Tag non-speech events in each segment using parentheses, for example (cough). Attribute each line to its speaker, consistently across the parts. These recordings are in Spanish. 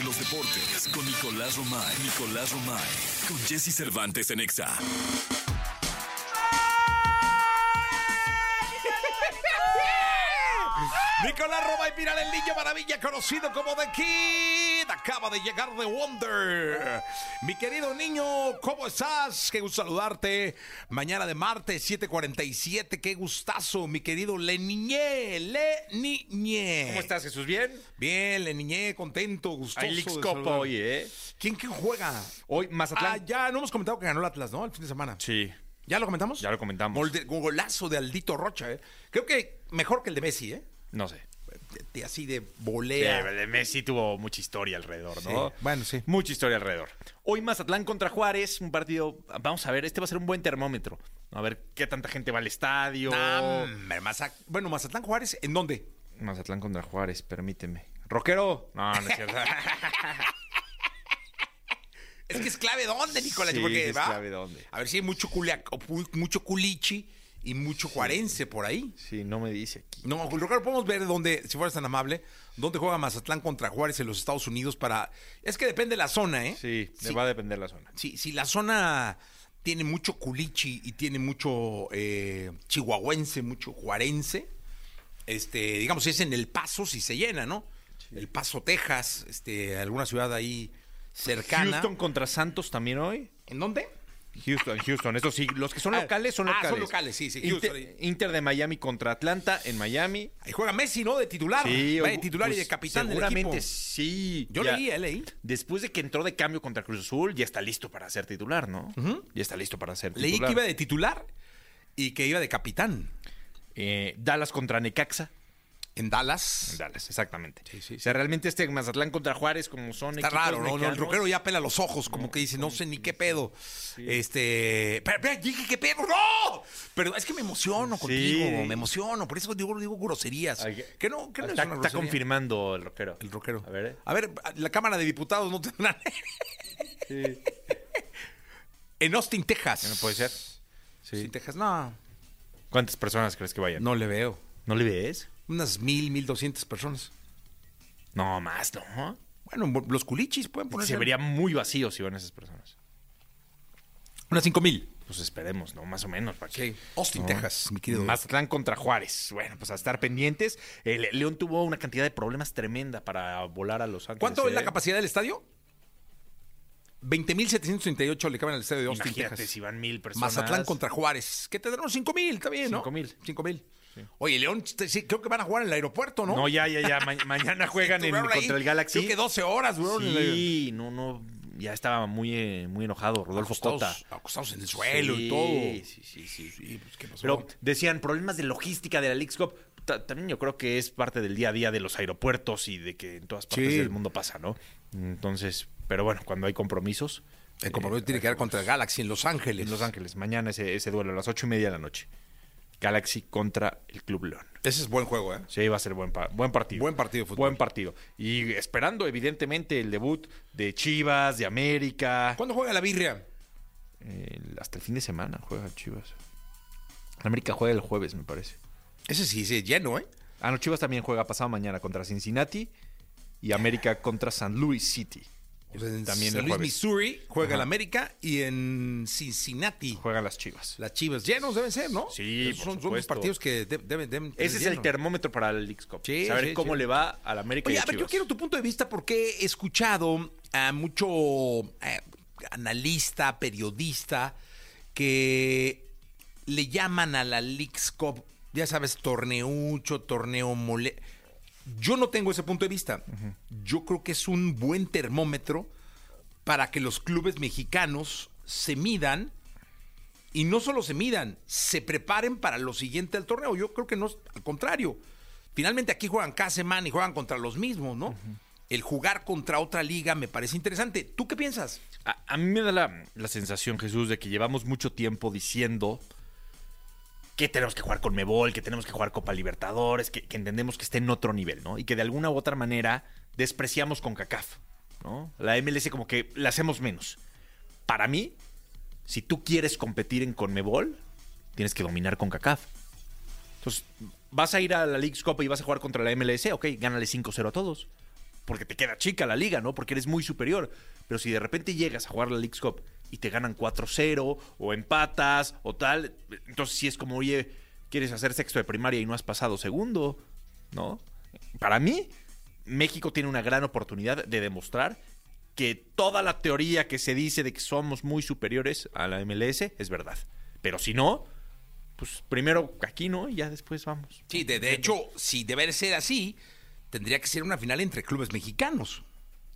Speaker 1: deportes con Nicolás Romay. Nicolás Romay. Con Jesse Cervantes en Exa.
Speaker 2: Nicolás Roma y Piral, el niño maravilla conocido como The Kid, acaba de llegar de Wonder. Mi querido niño, ¿cómo estás? Qué gusto saludarte. Mañana de martes, 7:47, qué gustazo, mi querido Le Niñé, Le Niñé.
Speaker 3: ¿Cómo estás, Jesús? ¿Bien?
Speaker 2: Bien, Le Niñé, contento, gustoso.
Speaker 3: Hay Leaks
Speaker 2: de
Speaker 3: Copa
Speaker 2: saludar.
Speaker 3: hoy, ¿eh?
Speaker 2: ¿Quién, ¿Quién juega?
Speaker 3: Hoy
Speaker 2: Ah,
Speaker 3: Mazatlán.
Speaker 2: ya, no hemos comentado que ganó el Atlas, ¿no? El fin de semana.
Speaker 3: Sí,
Speaker 2: ¿Ya lo comentamos?
Speaker 3: ya lo comentamos.
Speaker 2: Gol de- golazo de Aldito Rocha, ¿eh? Creo que mejor que el de Messi, ¿eh?
Speaker 3: No sé.
Speaker 2: de- de- así de
Speaker 3: Sí,
Speaker 2: volea.
Speaker 3: de Messi tuvo mucha historia alrededor, ¿no?
Speaker 2: Sí, bueno, sí.
Speaker 3: Mucha historia alrededor. Hoy Mazatlán contra Juárez, un partido. Vamos a ver, este va a ser un buen termómetro. A ver qué tanta gente va al estadio.
Speaker 2: Ah, hombre, Maza- bueno, Mazatlán Juárez, ¿en dónde?
Speaker 3: Mazatlán contra Juárez, permíteme. ¿Rockero? No, no es (laughs) cierto.
Speaker 2: (laughs) Es que es clave dónde, Nicolás.
Speaker 3: Sí,
Speaker 2: porque,
Speaker 3: es
Speaker 2: ¿va?
Speaker 3: clave dónde.
Speaker 2: A ver si hay mucho, culia- o pu- mucho culichi y mucho juarense por ahí.
Speaker 3: sí, no me dice aquí.
Speaker 2: No, creo que podemos ver dónde, si fueras tan amable, dónde juega Mazatlán contra Juárez en los Estados Unidos para... Es que depende la zona, ¿eh?
Speaker 3: Sí, le
Speaker 2: Sí.
Speaker 3: va a depender la zona.
Speaker 2: Si, si la zona tiene mucho culichi y tiene mucho eh, chihuahuense, mucho juarense, este, digamos, si es en El Paso, si se llena, ¿no? El Paso, Texas, este, alguna ciudad ahí cercana.
Speaker 3: Houston contra Santos también hoy.
Speaker 2: ¿En dónde?
Speaker 3: Houston, Houston, eso sí, los que son
Speaker 2: Ah,
Speaker 3: locales son
Speaker 2: ah,
Speaker 3: locales.
Speaker 2: son locales, sí, sí, Houston.
Speaker 3: Inter, Inter de Miami contra Atlanta en Miami.
Speaker 2: Ahí juega Messi, ¿no? De titular. Va de
Speaker 3: o-
Speaker 2: Ah, titular y
Speaker 3: pues,
Speaker 2: de capitán del
Speaker 3: seguramente
Speaker 2: equipo.
Speaker 3: sí.
Speaker 2: Yo
Speaker 3: Ya-
Speaker 2: leí, eh, leí.
Speaker 3: Después de que entró de cambio contra Cruz Azul, ya está listo para ser titular, ¿no? Ya está listo para ser
Speaker 2: Leí
Speaker 3: titular.
Speaker 2: que iba de titular y que iba de capitán.
Speaker 3: Eh, Dallas contra Necaxa.
Speaker 2: En Dallas.
Speaker 3: En Dallas, exactamente.
Speaker 2: Sí, sí, sí.
Speaker 3: O sea, realmente este Mazatlán contra Juárez, como son
Speaker 2: Está
Speaker 3: equipos
Speaker 2: raro, ¿no? No, El
Speaker 3: mexicanos,
Speaker 2: rockero ya pela los ojos, como que dice, no sé ni qué pedo. Este. Pero, pero, dije, ¿qué pedo? ¡No! Pero es que me emociono contigo, me emociono. Por eso digo, digo groserías.
Speaker 3: Ay,
Speaker 2: ¿Qué no? ¿Qué no es
Speaker 3: Está,
Speaker 2: una
Speaker 3: está
Speaker 2: grosería?
Speaker 3: confirmando el rockero.
Speaker 2: El rockero.
Speaker 3: A ver, eh.
Speaker 2: A ver, la Cámara de Diputados no tendrá. (laughs) en Austin, Texas.
Speaker 3: Ya No puede ser.
Speaker 2: Sí, Texas, no.
Speaker 3: ¿Cuántas personas crees que vayan?
Speaker 2: No le veo.
Speaker 3: ¿No le ves?
Speaker 2: Unas mil, mil doscientas personas.
Speaker 3: No, más, ¿no?
Speaker 2: Bueno, los culichis pueden ponerse.
Speaker 3: Se vería muy vacío si van esas personas.
Speaker 2: Unas cinco mil.
Speaker 3: Pues esperemos, ¿no? Más o menos. ¿para qué?
Speaker 2: Sí. Austin,
Speaker 3: No.
Speaker 2: Texas, mi querido.
Speaker 3: Mazatlán contra Juárez. Bueno, pues a estar pendientes. El León tuvo una cantidad de problemas tremenda para volar a Los Ángeles.
Speaker 2: ¿Cuánto es
Speaker 3: ¿eh?
Speaker 2: la capacidad del estadio? 20.738 le caben al estadio de Austin,
Speaker 3: Imagínate
Speaker 2: Texas.
Speaker 3: si van mil personas.
Speaker 2: Mazatlán contra Juárez. ¿Qué tendrán? 5.000, está bien, ¿no?
Speaker 3: 5,000.
Speaker 2: 5.000. Oye, León, te- sí, creo que van a jugar en el aeropuerto, ¿no?
Speaker 3: No, ya, ya, ya.
Speaker 2: (laughs)
Speaker 3: Ma- mañana juegan en-
Speaker 2: Estuvieron
Speaker 3: contra
Speaker 2: ahí,
Speaker 3: el Galaxy.
Speaker 2: Creo que 12 horas duraron en el-
Speaker 3: Sí, no, no. Ya estaba muy, eh, muy enojado Rodolfo Cota.
Speaker 2: acostados, acostados en el suelo
Speaker 3: Sí,
Speaker 2: y todo.
Speaker 3: sí, sí,
Speaker 2: Sí, pues, ¿qué pasó?
Speaker 3: Pero decían problemas de logística de la Leagues Cup. Ta- También yo creo que es parte del día a día de los aeropuertos y de que en todas partes
Speaker 2: Sí.
Speaker 3: del mundo pasa, ¿no? Entonces, pero bueno, cuando hay compromisos.
Speaker 2: el compromiso
Speaker 3: eh,
Speaker 2: tiene que dar contra el Galaxy en Los Ángeles.
Speaker 3: En Los Ángeles, mañana ese, ese duelo a las ocho y media de la noche. Galaxy contra el Club León.
Speaker 2: Ese es buen juego, ¿eh?
Speaker 3: Sí, va a ser buen, pa- buen partido.
Speaker 2: Buen partido de fútbol.
Speaker 3: Buen partido. Y esperando, evidentemente, el debut de Chivas, de América.
Speaker 2: ¿Cuándo juega la birria?
Speaker 3: El- hasta el fin de semana juega Chivas. América juega el jueves, me parece.
Speaker 2: Ese sí, sí, lleno, ¿eh?
Speaker 3: Ah, no, Chivas también juega pasado mañana contra Cincinnati y América contra San Luis City.
Speaker 2: O sea, Pues en
Speaker 3: También
Speaker 2: San
Speaker 3: el
Speaker 2: Luis,
Speaker 3: jueves.
Speaker 2: Missouri, juega
Speaker 3: Ajá.
Speaker 2: el América y en Cincinnati.
Speaker 3: Juegan las Chivas.
Speaker 2: Las chivas llenos deben ser, ¿no?
Speaker 3: Sí,
Speaker 2: Esos
Speaker 3: por
Speaker 2: son, son los
Speaker 3: supuesto.
Speaker 2: partidos que de- deben, deben tener
Speaker 3: Ese es el
Speaker 2: lleno.
Speaker 3: termómetro para el Leagues Cup.
Speaker 2: Sí,
Speaker 3: Saber
Speaker 2: sí,
Speaker 3: cómo
Speaker 2: sí.
Speaker 3: le va al América
Speaker 2: Oye,
Speaker 3: y a
Speaker 2: a ver, yo
Speaker 3: Chivas.
Speaker 2: quiero tu punto de vista porque he escuchado a mucho eh, analista, periodista, que le llaman a la Leagues Cup, ya sabes, torneucho, torneo mole. Yo no tengo ese punto de vista. Yo creo que es un buen termómetro para que los clubes mexicanos se midan y no solo se midan, se preparen para lo siguiente al torneo. Yo creo que no es al contrario. Finalmente aquí juegan cada semana y juegan contra los mismos, ¿no? El jugar contra otra liga me parece interesante. ¿Tú qué piensas?
Speaker 3: A, a mí me da la, la sensación, Jesús, de que llevamos mucho tiempo diciendo que tenemos que jugar con Mebol, que tenemos que jugar Copa Libertadores, que, que entendemos que está en otro nivel, ¿no? Y que de alguna u otra manera despreciamos con CACAF, ¿no? La MLS como que la hacemos menos. Para mí, si tú quieres competir en Conmebol, tienes que dominar con CACAF. Entonces, vas a ir a la League's Cup y vas a jugar contra la MLS, ok, gánale 5-0 a todos. porque te queda chica la liga, ¿no? Porque eres muy superior. Pero si de repente llegas a jugar la League's Cup y te ganan 4-0 o empatas o tal, entonces sí es como, oye, quieres hacer sexto de primaria y no has pasado segundo, ¿no? Para mí, México tiene una gran oportunidad de demostrar que toda la teoría que se dice de que somos muy superiores a la MLS es verdad. Pero si no, pues primero aquí, ¿no? Y ya después vamos.
Speaker 2: Sí, de, de hecho, si deber ser así, tendría que ser una final entre clubes mexicanos.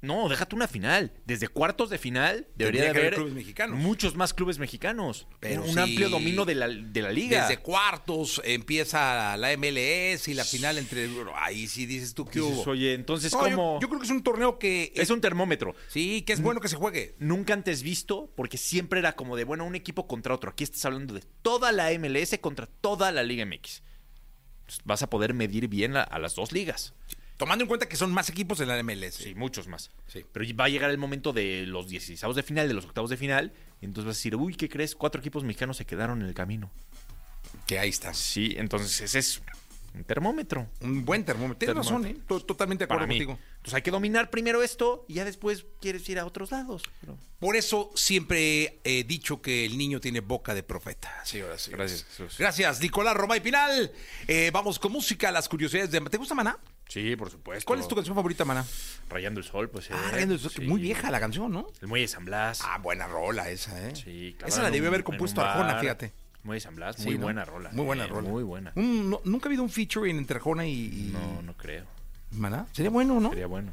Speaker 3: No, déjate una final. Desde cuartos de final debería
Speaker 2: Tendría
Speaker 3: de
Speaker 2: que haber
Speaker 3: haber
Speaker 2: clubes mexicanos.
Speaker 3: muchos más clubes mexicanos.
Speaker 2: Pero
Speaker 3: un
Speaker 2: sí.
Speaker 3: amplio dominio de la, de la liga.
Speaker 2: Desde cuartos empieza la MLS y la final entre. Ahí sí dices tú que
Speaker 3: Dices,
Speaker 2: hubo.
Speaker 3: oye, entonces,
Speaker 2: No, yo-
Speaker 3: ¿cómo?
Speaker 2: Yo, creo que es un torneo que.
Speaker 3: es un termómetro.
Speaker 2: Sí, que es bueno que se juegue.
Speaker 3: Nunca antes visto, porque siempre era como de, bueno, un equipo contra otro. Aquí estás hablando de toda la MLS contra toda la Liga MX. Entonces, Vas a poder medir bien la- a las dos ligas.
Speaker 2: Tomando en cuenta que son más equipos en la MLS.
Speaker 3: Sí, muchos más.
Speaker 2: Sí.
Speaker 3: Pero va a llegar el momento de los 16 de final, de los octavos de final. Y entonces vas a decir, uy, ¿qué crees? Cuatro equipos mexicanos se quedaron en el camino.
Speaker 2: Que ahí está.
Speaker 3: Sí, entonces ese es un termómetro.
Speaker 2: Un buen termómetro. Tienes razón,
Speaker 3: Termómetro.
Speaker 2: ¿eh? To- Totalmente de
Speaker 3: Para
Speaker 2: acuerdo
Speaker 3: mí.
Speaker 2: contigo.
Speaker 3: Entonces hay que dominar primero esto y ya después quieres ir a otros lados. Pero-
Speaker 2: Por eso siempre he dicho que el niño tiene boca de profeta. Señoras, señores.
Speaker 3: Gracias, Jesús.
Speaker 2: Gracias, Nicolás Romay Pinal. Eh, vamos con música, las curiosidades de. ¿Te gusta Maná?
Speaker 3: Sí, por supuesto.
Speaker 2: ¿Cuál es tu canción favorita, Maná?
Speaker 3: Rayando el sol, pues.
Speaker 2: Ah,
Speaker 3: eh,
Speaker 2: Rayando el Sol, que
Speaker 3: sí.
Speaker 2: Muy vieja la canción, ¿no?
Speaker 3: El muelle de San Blas.
Speaker 2: Ah, buena rola esa, ¿eh?
Speaker 3: Sí, claro,
Speaker 2: Esa la
Speaker 3: en
Speaker 2: debió
Speaker 3: un-
Speaker 2: haber
Speaker 3: en
Speaker 2: compuesto
Speaker 3: un
Speaker 2: Arjona,
Speaker 3: bar.
Speaker 2: fíjate.
Speaker 3: El Muelle de San Blas, muy
Speaker 2: Sí, ¿no?
Speaker 3: buena rola.
Speaker 2: Muy buena
Speaker 3: eh,
Speaker 2: rola. Mm.
Speaker 3: Muy buena.
Speaker 2: Un- no- nunca ha habido un featuring entre Arjona y, y
Speaker 3: No, no creo.
Speaker 2: Maná. Sería bueno, ¿no?
Speaker 3: Sería bueno.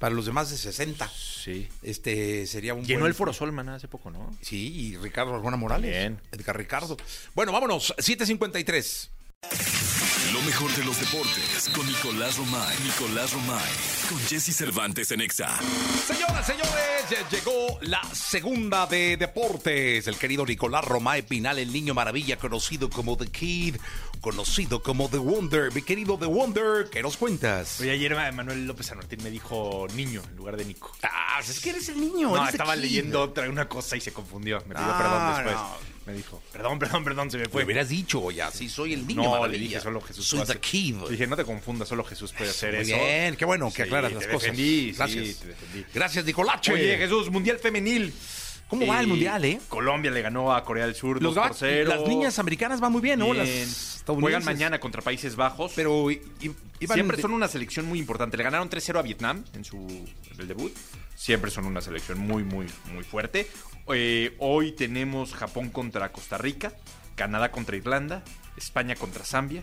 Speaker 2: Para los demás de 60.
Speaker 3: Sí.
Speaker 2: Este sería un
Speaker 3: Llenó
Speaker 2: buen-
Speaker 3: el Foro Sol, maná, hace poco, ¿no?
Speaker 2: Sí, y Ricardo Arjona Morales.
Speaker 3: También.
Speaker 2: Edgar Ricardo. Bueno, vámonos. 753.
Speaker 1: Lo mejor de los deportes con Nicolás Romay. Nicolás Romay. Con Jesse Cervantes en Exa.
Speaker 2: Señoras, señores, ya llegó la segunda de deportes. El querido Nicolás Romae Pinal, el niño maravilla, conocido como The Kid, conocido como The Wonder. Mi querido The Wonder, ¿qué nos cuentas?
Speaker 3: Oye, ayer eh, Manuel López San Martín me dijo niño en lugar de Nico.
Speaker 2: Ah,
Speaker 3: pues
Speaker 2: es que eres el niño.
Speaker 3: No,
Speaker 2: eres The
Speaker 3: estaba
Speaker 2: Kid.
Speaker 3: leyendo otra una cosa y se confundió. Me pidió
Speaker 2: Ah,
Speaker 3: perdón después.
Speaker 2: no.
Speaker 3: Me dijo, perdón, perdón, perdón, se me
Speaker 2: Me
Speaker 3: fue.
Speaker 2: hubieras dicho ya, sí, soy el niño
Speaker 3: no,
Speaker 2: maravilla.
Speaker 3: le dije solo Jesús.
Speaker 2: Soy
Speaker 3: puede
Speaker 2: The
Speaker 3: hacer-
Speaker 2: Kid.
Speaker 3: Le Dije, no te confundas, solo Jesús puede hacer
Speaker 2: Muy
Speaker 3: eso.
Speaker 2: bien, qué bueno que
Speaker 3: Sí,
Speaker 2: aclaras
Speaker 3: te
Speaker 2: las cosas.
Speaker 3: defendí, sí,
Speaker 2: Gracias.
Speaker 3: te defendí.
Speaker 2: Gracias, Nicolache.
Speaker 3: Oye, Jesús, Mundial Femenil.
Speaker 2: ¿Cómo va el Mundial, eh?
Speaker 3: Colombia le ganó a Corea del Sur
Speaker 2: Los
Speaker 3: 2 por
Speaker 2: gabachos-
Speaker 3: 0.
Speaker 2: Las niñas americanas van muy bien, ¿no?
Speaker 3: Bien.
Speaker 2: Las estadounidenses.
Speaker 3: Juegan mañana contra Países Bajos.
Speaker 2: Pero i- i- iban
Speaker 3: Siempre
Speaker 2: de-
Speaker 3: son una selección muy importante. Le ganaron 3-0 a Vietnam en su en el debut. Siempre son una selección muy, muy, muy fuerte. Eh, hoy tenemos Japón contra Costa Rica, Canadá contra Irlanda, España contra Zambia.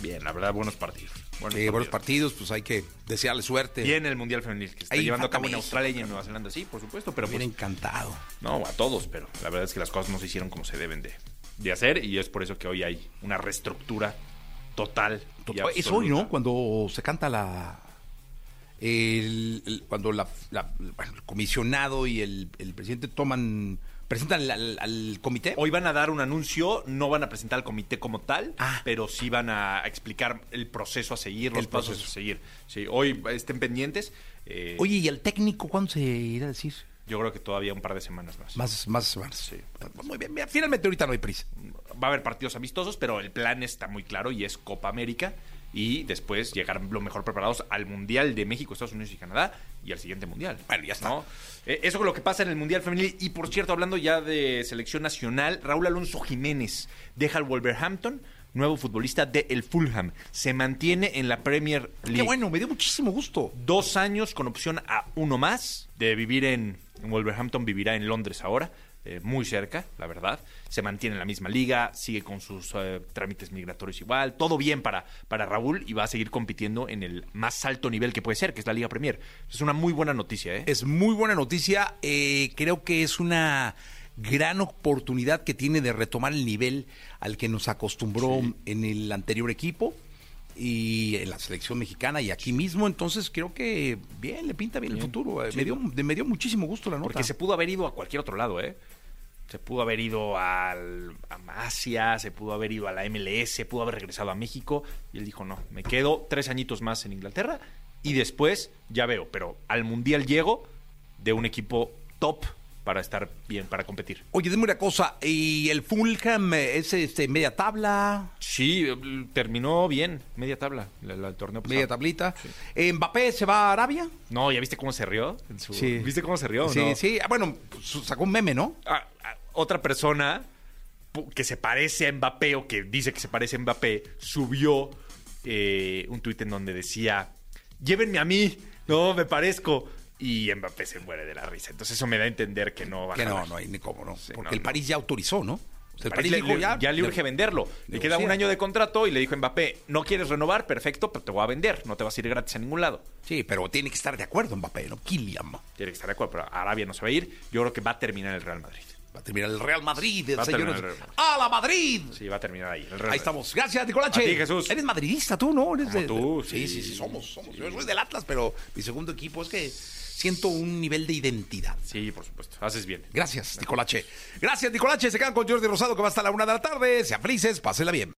Speaker 3: Bien, la verdad, buenos partidos. Buenos
Speaker 2: Sí, buenos partidos, pues hay que desearle suerte.
Speaker 3: Bien el Mundial Femenil que se está
Speaker 2: Ahí
Speaker 3: llevando a
Speaker 2: falta
Speaker 3: cabo en
Speaker 2: México,
Speaker 3: Australia y en Nueva Zelanda. Sí, por supuesto, pero
Speaker 2: Bien
Speaker 3: pues,
Speaker 2: encantado.
Speaker 3: no, a todos, pero la verdad es que las cosas no se hicieron como se deben de, de hacer y es por eso que hoy hay una reestructura total. y
Speaker 2: Pues, Es hoy,
Speaker 3: absoluta.
Speaker 2: ¿no? Cuando se canta la. el- el- cuando la, la- bueno, el comisionado y el, el presidente toman. presentan al, al- al comité.
Speaker 3: Hoy van a dar un anuncio, no van a presentar al comité como tal,
Speaker 2: Ah.
Speaker 3: pero sí van a explicar el proceso a seguir, los
Speaker 2: El
Speaker 3: pasos
Speaker 2: proceso.
Speaker 3: a seguir. Sí, hoy estén pendientes. eh,
Speaker 2: Oye, ¿y al técnico cuándo se irá a decir?
Speaker 3: Yo creo que todavía un par de semanas más.
Speaker 2: Más, más semanas. Muy bien, mira, finalmente ahorita no hay prisa.
Speaker 3: Va a haber partidos amistosos, pero el plan está muy claro y es Copa América y después llegar lo mejor preparados al Mundial de México, Estados Unidos y Canadá y al siguiente Mundial.
Speaker 2: Bueno, ya está.
Speaker 3: ¿no? Eh, Eso es lo que pasa en el Mundial Femenil. Y por cierto, hablando ya de selección nacional, Raúl Alonso Jiménez deja el Wolverhampton, nuevo futbolista de el Fulham. Se mantiene en la Premier League.
Speaker 2: Qué bueno, me dio muchísimo gusto.
Speaker 3: Dos años con opción a uno más de vivir en, en Wolverhampton, vivirá en Londres ahora, eh, muy cerca, la verdad. Se mantiene en la misma liga, sigue con sus eh, trámites migratorios igual, todo bien para, para Raúl y va a seguir compitiendo en el más alto nivel que puede ser, que es la Liga Premier. Es una muy buena noticia, ¿eh?
Speaker 2: Es muy buena noticia. eh, creo que es una gran oportunidad que tiene de retomar el nivel al que nos acostumbró en el anterior equipo y en la selección mexicana y aquí mismo. Entonces creo que bien, le pinta bien, el futuro. eh, Me, dio, me dio muchísimo gusto la nota.
Speaker 3: Porque se pudo haber ido a cualquier otro lado, ¿eh? Se pudo haber ido al, a Asia, se pudo haber ido a la MLS, se pudo haber regresado a México. Y él dijo, no, me quedo tres añitos más en Inglaterra y después ya veo. Pero al Mundial llego de un equipo top para estar bien, para competir.
Speaker 2: Oye, dime una cosa, ¿y el Fulham eh, es este, media tabla?
Speaker 3: Sí, eh, terminó bien, media tabla, la- la- el torneo pasado.
Speaker 2: Media tablita. Eh, ¿Mbappé se va a Arabia?
Speaker 3: No, ¿ya viste cómo se rió? En su- ¿Viste cómo se rió? o
Speaker 2: Sí,
Speaker 3: no?
Speaker 2: sí. Ah, Bueno, pues, sacó un meme, ¿no?
Speaker 3: a- a- otra persona pu- que se parece a Mbappé o que dice que se parece a Mbappé subió eh, un tuit en donde decía, llévenme a mí, no, me parezco. Y Mbappé se muere de la risa. Entonces eso me da a entender que no va a
Speaker 2: Que no,
Speaker 3: jalar.
Speaker 2: no hay ni cómo, ¿no? Porque
Speaker 3: no,
Speaker 2: el
Speaker 3: no.
Speaker 2: París ya autorizó, ¿no? O sea, el
Speaker 3: Parece
Speaker 2: París
Speaker 3: le-
Speaker 2: dijo,
Speaker 3: le-
Speaker 2: ya,
Speaker 3: ya le urge venderlo. Le queda un
Speaker 2: negocia.
Speaker 3: año de contrato y le dijo a Mbappé, no quieres renovar, perfecto, pero te voy a vender. No te vas a ir gratis a ningún lado.
Speaker 2: Sí, pero tiene que estar de acuerdo Mbappé, ¿no? Kylian.
Speaker 3: Tiene que estar de acuerdo, pero Arabia no se va a ir. Yo creo que va a terminar el Real Madrid.
Speaker 2: Va a terminar el Real Madrid,
Speaker 3: Va a
Speaker 2: señores.
Speaker 3: terminar el Real Madrid.
Speaker 2: ¡A la Madrid!
Speaker 3: Sí, va a terminar ahí. el Real
Speaker 2: Ahí
Speaker 3: Madrid.
Speaker 2: estamos. Gracias, Nicolache.
Speaker 3: A ti, Jesús.
Speaker 2: Eres madridista tú, ¿no? Eres
Speaker 3: Como tú,
Speaker 2: sí.
Speaker 3: sí.
Speaker 2: Sí, sí, somos. somos. Yo soy del Atlas, pero mi segundo equipo es que siento un nivel de identidad.
Speaker 3: Sí, por supuesto. Haces bien.
Speaker 2: Gracias, Nicolache. Gracias, Nicolache. Se quedan con Jordi Rosado, que va hasta la una de la tarde. Sean felices, pásenla bien.